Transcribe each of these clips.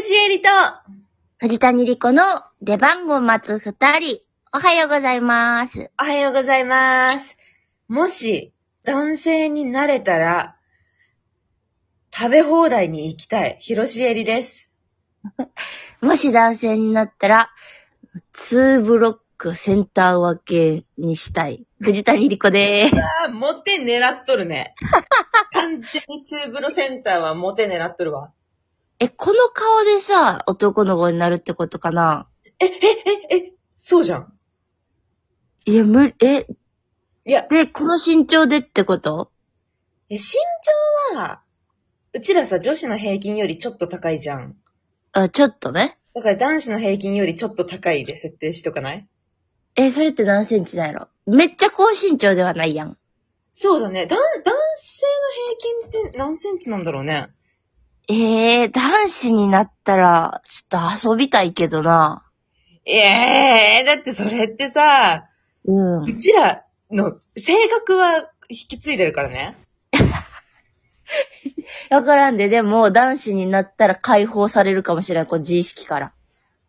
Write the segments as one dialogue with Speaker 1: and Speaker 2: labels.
Speaker 1: しえりと、
Speaker 2: 藤谷莉子の出番を待つ二人、おはようございます。
Speaker 1: おはようございます。もし、男性になれたら、食べ放題に行きたい、広しえりです。
Speaker 2: もし男性になったら、2ブロックセンター分けにしたい。藤谷莉子でーす。
Speaker 1: あー、モテ狙っとる ね。完全にツーブロセンターはモテ狙っとるわ。
Speaker 2: え、この顔でさ、男の子になるってことかな
Speaker 1: え、え、え、え、そうじゃん。
Speaker 2: いや、無理、え、
Speaker 1: いや、
Speaker 2: で、この身長でってこと
Speaker 1: え身長は、うちらさ、女子の平均よりちょっと高いじゃん。
Speaker 2: あ、ちょっとね。
Speaker 1: だから男子の平均よりちょっと高いで設定しとかない
Speaker 2: え、それって何センチなんやろめっちゃ高身長ではないやん。
Speaker 1: そうだね。だん男性の平均って何センチなんだろうね。
Speaker 2: えー、男子になったら、ちょっと遊びたいけどな。
Speaker 1: ええだってそれってさ、
Speaker 2: うん。
Speaker 1: うちらの性格は引き継いでるからね。
Speaker 2: わからんで、でも、男子になったら解放されるかもしれない、こう、自意識から。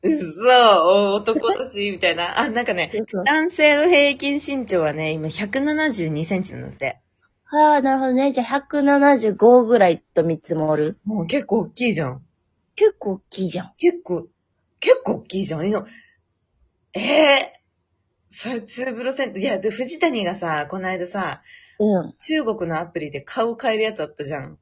Speaker 1: うっそ、男だし、みたいな。あ、なんかね、男性の平均身長はね、今172センチなんだって。
Speaker 2: はあ、なるほどね。じゃあ、175ぐらいと3つもおる。
Speaker 1: もう結構大きいじゃん。
Speaker 2: 結構大きいじゃん。
Speaker 1: 結構、結構大きいじゃん。いやええそれツーブロセンター。いや、で、藤谷がさ、この間さ、
Speaker 2: うん。
Speaker 1: 中国のアプリで顔変えるやつあったじゃん。
Speaker 2: うん。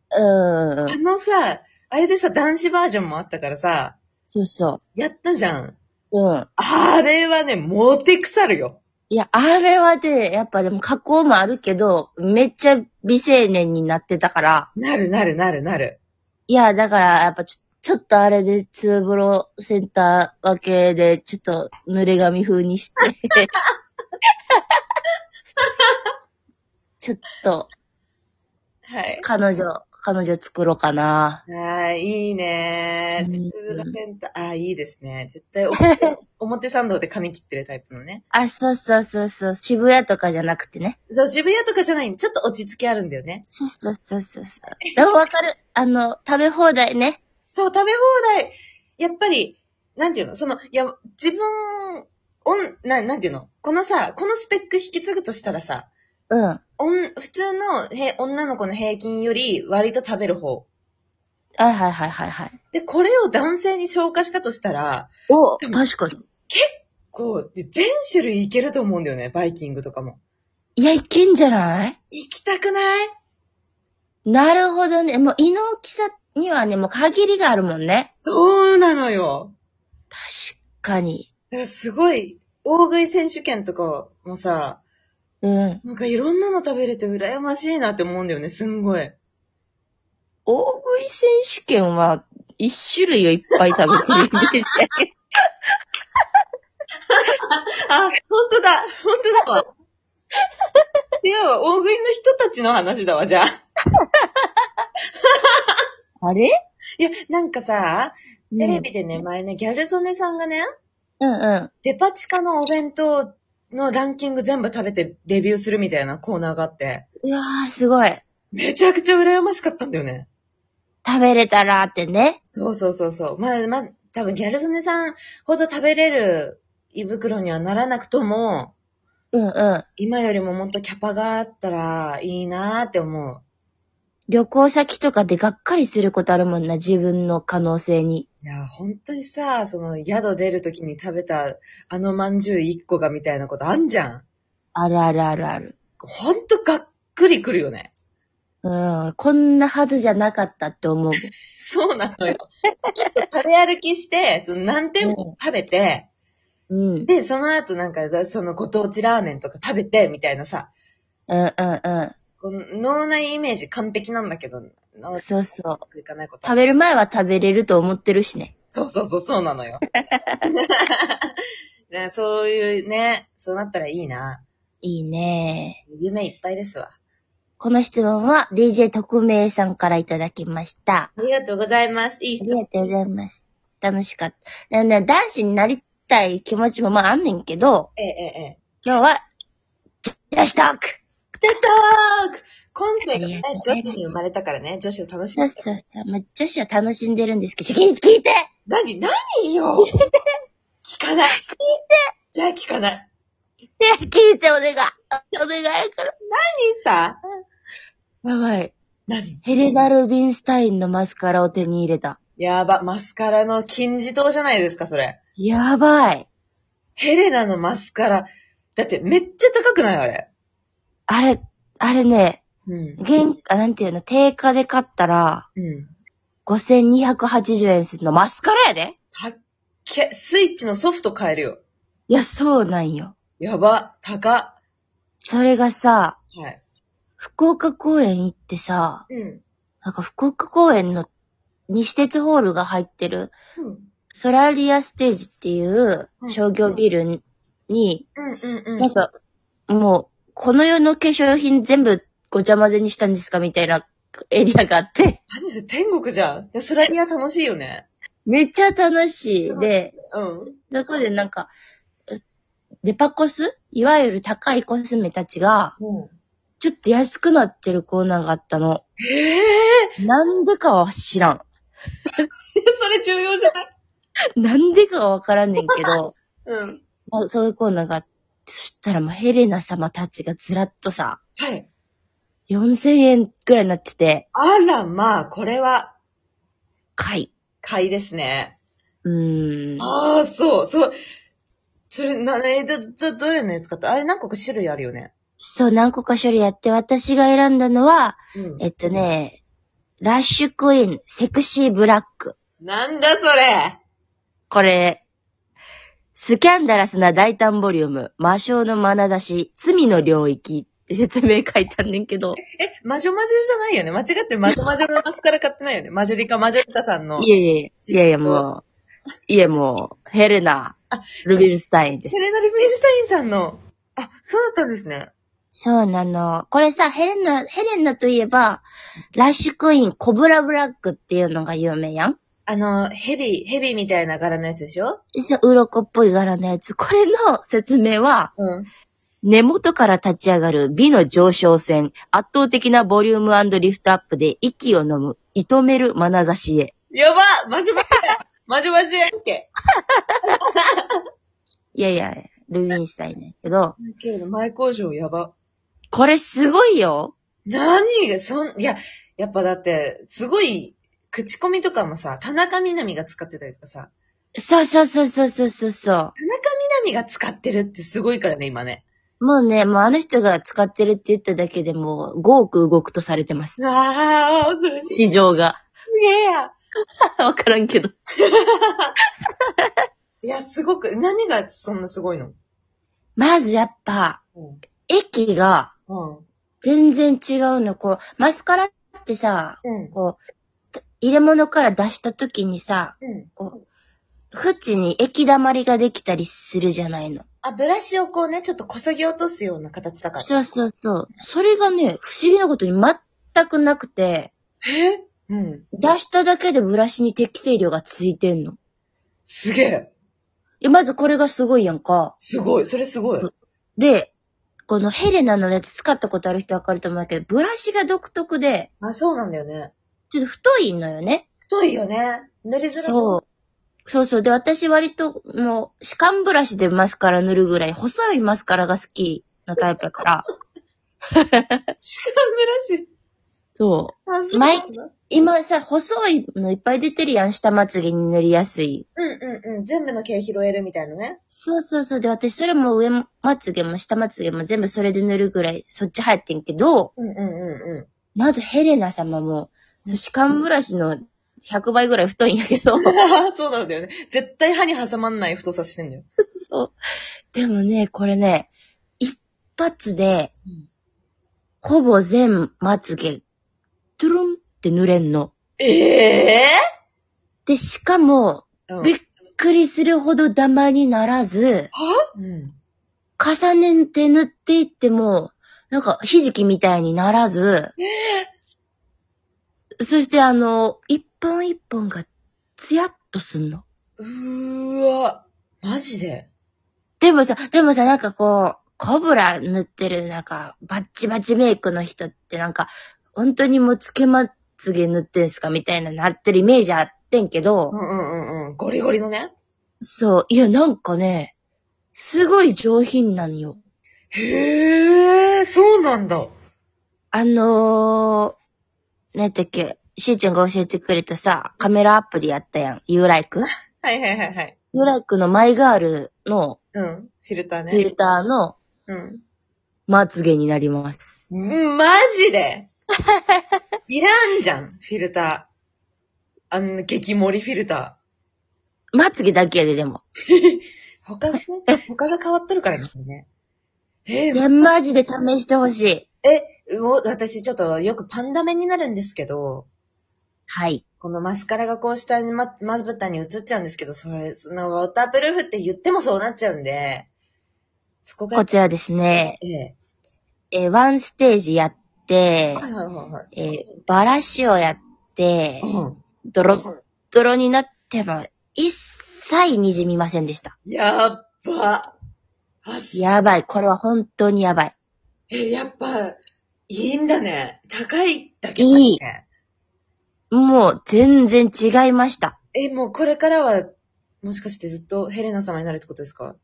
Speaker 1: あのさ、あれでさ、男子バージョンもあったからさ、
Speaker 2: そうそ
Speaker 1: やったじゃん。
Speaker 2: う。うん。
Speaker 1: あれはね、モテ腐るよ。
Speaker 2: いや、あれはね、やっぱでも加工もあるけど、めっちゃ美青年になってたから。
Speaker 1: なるなるなるなる。
Speaker 2: いや、だから、やっぱちょ、ちょっとあれで、ツーブロセンター分けで、ちょっと濡れ髪風にして。 ちょっと、
Speaker 1: はい。
Speaker 2: 彼女、彼女作ろうかな。
Speaker 1: ああ、いいね
Speaker 2: うん
Speaker 1: ー。ツーブロセンター。ああ、いいですね。絶対表、表参道で髪切ってるタイプのね。
Speaker 2: あ、そうそうそうそう、渋谷とかじゃなくてね。
Speaker 1: そう、渋谷とかじゃない。ちょっと落ち着きあるんだよね。
Speaker 2: そうそうそうそうそう。でもわかる。あの、食べ放題ね。
Speaker 1: そう、食べ放題。やっぱり、なんていうのその、いや、自分、おん、な、なんていうのこのさ、このスペック引き継ぐとしたらさ、
Speaker 2: うん。
Speaker 1: おん、普通のへ女の子の平均より割と食べる方。
Speaker 2: はいはいはいはいはい。
Speaker 1: で、これを男性に消化したとしたら、
Speaker 2: お、
Speaker 1: で
Speaker 2: 確
Speaker 1: も
Speaker 2: かに。
Speaker 1: こう、全種類いけると思うんだよね、バイキングとかも。
Speaker 2: いや、いけんじゃない
Speaker 1: 行きたくない
Speaker 2: なるほどね。もう、胃の大きさにはね、もう限りがあるもんね。
Speaker 1: そうなのよ。
Speaker 2: 確かに。
Speaker 1: だからすごい、大食い選手権とかもさ、
Speaker 2: うん。
Speaker 1: なんかいろんなの食べれて羨ましいなって思うんだよね、すんごい。
Speaker 2: 大食い選手権は、一種類をいっぱい食べてるんで
Speaker 1: あ、ほんとだ、ほんとだわ。 違うわ、大食いの人たちの話だわ、じゃあ。
Speaker 2: あれ
Speaker 1: いや、なんかさ、
Speaker 2: うん
Speaker 1: テレビでね、前ね、ギャル曽根さんがね、
Speaker 2: うんうん。
Speaker 1: デパ地下のお弁当のランキング全部食べてレビューするみたいなコーナーがあって、
Speaker 2: うわー、すごい。
Speaker 1: めちゃくちゃ羨ましかったんだよね。
Speaker 2: 食べれたらってね。
Speaker 1: そうそうそうそう。まあまあ、多分ギャル曽根さんほど食べれる胃袋にはならなくとも、
Speaker 2: うんうん。
Speaker 1: 今よりももっとキャパがあったらいいなーって思う。
Speaker 2: 旅行先とかでがっかりすることあるもんな、自分の可能性に。
Speaker 1: いや、本当にさ、その宿出るときに食べたあのまんじゅう1個がみたいなことあんじゃん。
Speaker 2: あるあるあるある。
Speaker 1: ほんとがっくりくるよね。
Speaker 2: うん、こんなはずじゃなかったって思う。
Speaker 1: そうなのよ。ちょっと食べ歩きして、その何店舗も食べて、
Speaker 2: うん。
Speaker 1: で、その後なんか、だそのご当地ラーメンとか食べて、みたいなさ、
Speaker 2: うんうん
Speaker 1: この脳内イメージ完璧なんだけど、脳
Speaker 2: うん。
Speaker 1: 内
Speaker 2: そうそう。
Speaker 1: いかないこと。
Speaker 2: 食べる前は食べれると思ってるしね。
Speaker 1: そうそうそう、そうなの よ。ねそういうね、そうなったらいいな。
Speaker 2: いいね
Speaker 1: 夢いっぱいですわ。
Speaker 2: この質問は DJ 特命さんからいただきました。
Speaker 1: ありがとうございます。いい質
Speaker 2: ありがとうございます。楽しかった。ね、男子になりたい気持ちもまああんねんけど、
Speaker 1: ええええええ。
Speaker 2: 今日は、女子トーク
Speaker 1: ジャストーク今世がね
Speaker 2: ありが、と
Speaker 1: 女
Speaker 2: うございます
Speaker 1: 子に生まれたからね、女子を楽し
Speaker 2: そ
Speaker 1: む
Speaker 2: う。そうそう。まあ、女子は楽しんでるんですけど、聞いて
Speaker 1: 何何 よ聞かない。聞いてじゃあ聞かない。
Speaker 2: 聞いて聞いてお願いお願いやから。
Speaker 1: 何さ
Speaker 2: やばい。
Speaker 1: 何
Speaker 2: ヘレナ・ルビンスタインのマスカラを手に入れた。
Speaker 1: やば、マスカラの金字塔じゃないですか、それ。
Speaker 2: やばい。
Speaker 1: ヘレナのマスカラ。だってめっちゃ高くないあれ。
Speaker 2: あれ、あれね、
Speaker 1: うん。
Speaker 2: 現、あ、なんていうの、定価で買ったら、
Speaker 1: うん。
Speaker 2: 5280円するのマスカラやで
Speaker 1: たっけ、スイッチのソフト買えるよ。
Speaker 2: いや、そうなんよ。
Speaker 1: やば、高。
Speaker 2: それがさ、
Speaker 1: はい。
Speaker 2: 福岡公園行ってさ、
Speaker 1: うん。
Speaker 2: なんか福岡公園の西鉄ホールが入ってる、
Speaker 1: うん。
Speaker 2: ソラリアステージっていう
Speaker 1: うん
Speaker 2: 商業ビルに、
Speaker 1: うんうんうん。
Speaker 2: なんか、もう、この世の化粧品全部ごちゃ混ぜにしたんですかみたいなエリアがあって、
Speaker 1: 何それ天国じゃん。いや、それには楽しいよね。
Speaker 2: めっちゃ楽しい。で、
Speaker 1: うん。
Speaker 2: そこでなんか、うデパコスいわゆる高いコスメたちが、
Speaker 1: うん。
Speaker 2: ちょっと安くなってるコーナーがあったの。
Speaker 1: ええ
Speaker 2: なんでかは知らん。
Speaker 1: それ重要じゃない
Speaker 2: なんでかはわからんねんけど、
Speaker 1: うん。
Speaker 2: まあ、そういうコーナーがあって、そしたらもうヘレナ様たちがずらっとさ、
Speaker 1: はい。
Speaker 2: 4000円くらいになってて、
Speaker 1: あら、まあ、これは、
Speaker 2: 買い。
Speaker 1: 買いですね。
Speaker 2: うーん。
Speaker 1: ああ、そう、そう。それ、な、え、ど、ど、どういうのやつかって、あれ何個か種類あるよね。
Speaker 2: そう、何個か種類やって、私が選んだのは、
Speaker 1: うん
Speaker 2: えっとね、ラッシュクイーン、セクシーブラック。
Speaker 1: なんだそれ
Speaker 2: これ、スキャンダラスな大胆ボリューム、魔性の眼差し、罪の領域って説明書いたんねんけど、
Speaker 1: 魔女魔女じゃないよね。間違って魔女魔女のマスカラ買ってないよね。魔女リカ魔女リカさんの。
Speaker 2: いやいやいや、いやいやもう、いやもう、ヘレナ、ルビンスタインです
Speaker 1: セ。レナ・ルフィンスタインさんの。あ、そうだったんですね。
Speaker 2: そうなの。これさ、ヘレナ、ヘレナといえば、ラッシュクイーン、コブラブラックっていうのが有名やん
Speaker 1: あの、ヘビ、ヘビみたいな柄のやつでしょ
Speaker 2: そう、鱗っぽい柄のやつ。これの説明は、
Speaker 1: うん。
Speaker 2: 根元から立ち上がる美の上昇線、圧倒的なボリュームリフトアップで息を飲む、射止める眼差しへ。
Speaker 1: やば魔女魔女や魔女魔女やんけ。
Speaker 2: いやいや、ルビンしたいねんけど、
Speaker 1: けれど、前工場やば。
Speaker 2: これすごいよ
Speaker 1: 何が、そん、いや、やっぱだって、すごい、口コミとかもさ、田中みなみが使ってたりとかさ、
Speaker 2: そうそうそうそうそうそうそ
Speaker 1: 田中みなみが使ってるってすごいからね、今ね。
Speaker 2: う。もうね、もうあの人が使ってるって言っただけでもう5億動くとされてます。
Speaker 1: ああ、それす
Speaker 2: 市場が。
Speaker 1: げえや。
Speaker 2: わからんけど。
Speaker 1: いや、すごく、何がそんなすごいの
Speaker 2: まずやっぱ、
Speaker 1: うん。
Speaker 2: 液が
Speaker 1: うん。
Speaker 2: 全然違うの。こう、マスカラってさ、
Speaker 1: うん。
Speaker 2: こう、入れ物から出した時にさ、
Speaker 1: うん。
Speaker 2: こう、縁に液だまりができたりするじゃないの。
Speaker 1: あ、ブラシをこうね、ちょっとこそぎ落とすような形だから。
Speaker 2: そうそうそう。それがね、不思議なことに全くなくて、
Speaker 1: えうん。
Speaker 2: 出しただけでブラシに適正量がついてんの。い
Speaker 1: すげえ。
Speaker 2: や、まずこれがすごいやんか。
Speaker 1: すごい。それすごい。
Speaker 2: で、このヘレナのやつ使ったことある人わかると思うけど、ブラシが独特で、
Speaker 1: あ、そうなんだよね。
Speaker 2: ちょっと太いのよね。
Speaker 1: 太いよね。塗りづらい。
Speaker 2: そう。そうそう。で、私割と、もう、歯間ブラシでマスカラ塗るぐらい、細いマスカラが好きなタイプやから。
Speaker 1: しかも
Speaker 2: そ
Speaker 1: ブ
Speaker 2: う。
Speaker 1: ラシ。あ、そう
Speaker 2: マイ
Speaker 1: なんだ
Speaker 2: 今さ、細いのいっぱい出てるやん、下まつげに塗りやすい。
Speaker 1: うんうんうん。全部の毛拾えるみたいなね。
Speaker 2: そうそうそう。で、私それも上まつげも下まつげも全部それで塗るぐらい、そっち流行ってんけど、
Speaker 1: うんうんうん う
Speaker 2: なんとヘレナ様も、そう歯間ブラシの100倍ぐらい太いんやけど。
Speaker 1: ん。そうなんだよね。絶対歯に挟まんない太さしてんだよ。
Speaker 2: そう。でもね、これね、一発で
Speaker 1: うん、
Speaker 2: ほぼ全まつげ、トゥルンって塗れんの。
Speaker 1: ええ
Speaker 2: で、しかも、
Speaker 1: ー
Speaker 2: びっくりするほどダマにならず、
Speaker 1: うん。
Speaker 2: 重ねて塗っていっても、なんか、ひじきみたいにならず、そしてあの、一本一本が、ツヤっとすんの。
Speaker 1: うーわ。マジで。
Speaker 2: でもさ、でもさ、なんかこう、コブラ塗ってる、なんか、バッチバチメイクの人って、なんか、本当にもうつけまつげ塗ってんすかみたいななってるイメージあってんけど、
Speaker 1: うんうんうんうん。ゴリゴリのね。
Speaker 2: そう、いや、なんかね、すごい上品なんよ。
Speaker 1: へえ、そうなんだ。
Speaker 2: あのー、なんだっけ、しーちゃんが教えてくれたさ、カメラアプリやったやん。ユーライク
Speaker 1: はいはいはいはい。
Speaker 2: ユーライクのマイガールの
Speaker 1: うん。フィルター
Speaker 2: フィ
Speaker 1: ね。
Speaker 2: ルターの
Speaker 1: うん。
Speaker 2: まつげになります。
Speaker 1: うんマジ でいらんじゃん、フィルター。あの、激盛りフィルタ
Speaker 2: まつげだけやで、でも。
Speaker 1: ー。他がね、 他が変わっとるからですね。え
Speaker 2: いや、マジで試してほしい。
Speaker 1: え、もう私ちょっとよくパンダ目になるんですけど、
Speaker 2: はい。
Speaker 1: このマスカラがこう下にま、まぶたに映っちゃうんですけど、それ、そのウォータープルーフって言ってもそうなっちゃうんで、そこが、
Speaker 2: こちらですね、
Speaker 1: ええ。
Speaker 2: えーワンステージやって、
Speaker 1: はいはいはいはい。
Speaker 2: えーバラシをやって、
Speaker 1: う
Speaker 2: ドロッドロになっても、一切滲みませんでした。
Speaker 1: ん。やっば。あ、す
Speaker 2: やばい。これは本当にやばい。
Speaker 1: え、やっぱ、いいんだね。高いだけだ
Speaker 2: いい
Speaker 1: ね。
Speaker 2: もう、全然違いました。
Speaker 1: え、もうこれからは、もしかしてずっとヘレナ様になるってことですか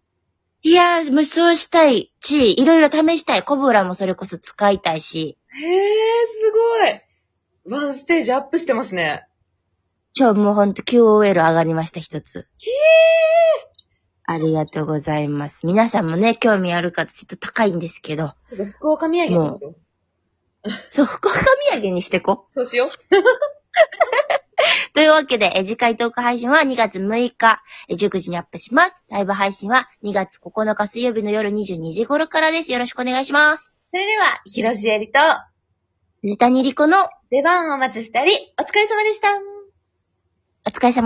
Speaker 2: いやー、無双したいし、いろいろ試したい。コブラもそれこそ使いたいし、
Speaker 1: へえ、すごい。ワンステージアップしてますね。
Speaker 2: 超もうほんと QOL 上がりました、一つ。
Speaker 1: ひえ
Speaker 2: ありがとうございます。皆さんもね、興味ある方、ちょっと高いんですけど、
Speaker 1: ちょっと福岡土産のこと
Speaker 2: そう、福岡土産にしてこ。
Speaker 1: そうしよう。
Speaker 2: というわけで、え次回トーク配信は2月6日、え19時にアップします。ライブ配信は2月9日水曜日の夜22時頃からです。よろしくお願いします。
Speaker 1: それでは、広ロシエリと、
Speaker 2: 藤谷莉子の
Speaker 1: 出番を待つ二人、お疲れ様でした。
Speaker 2: お疲れ様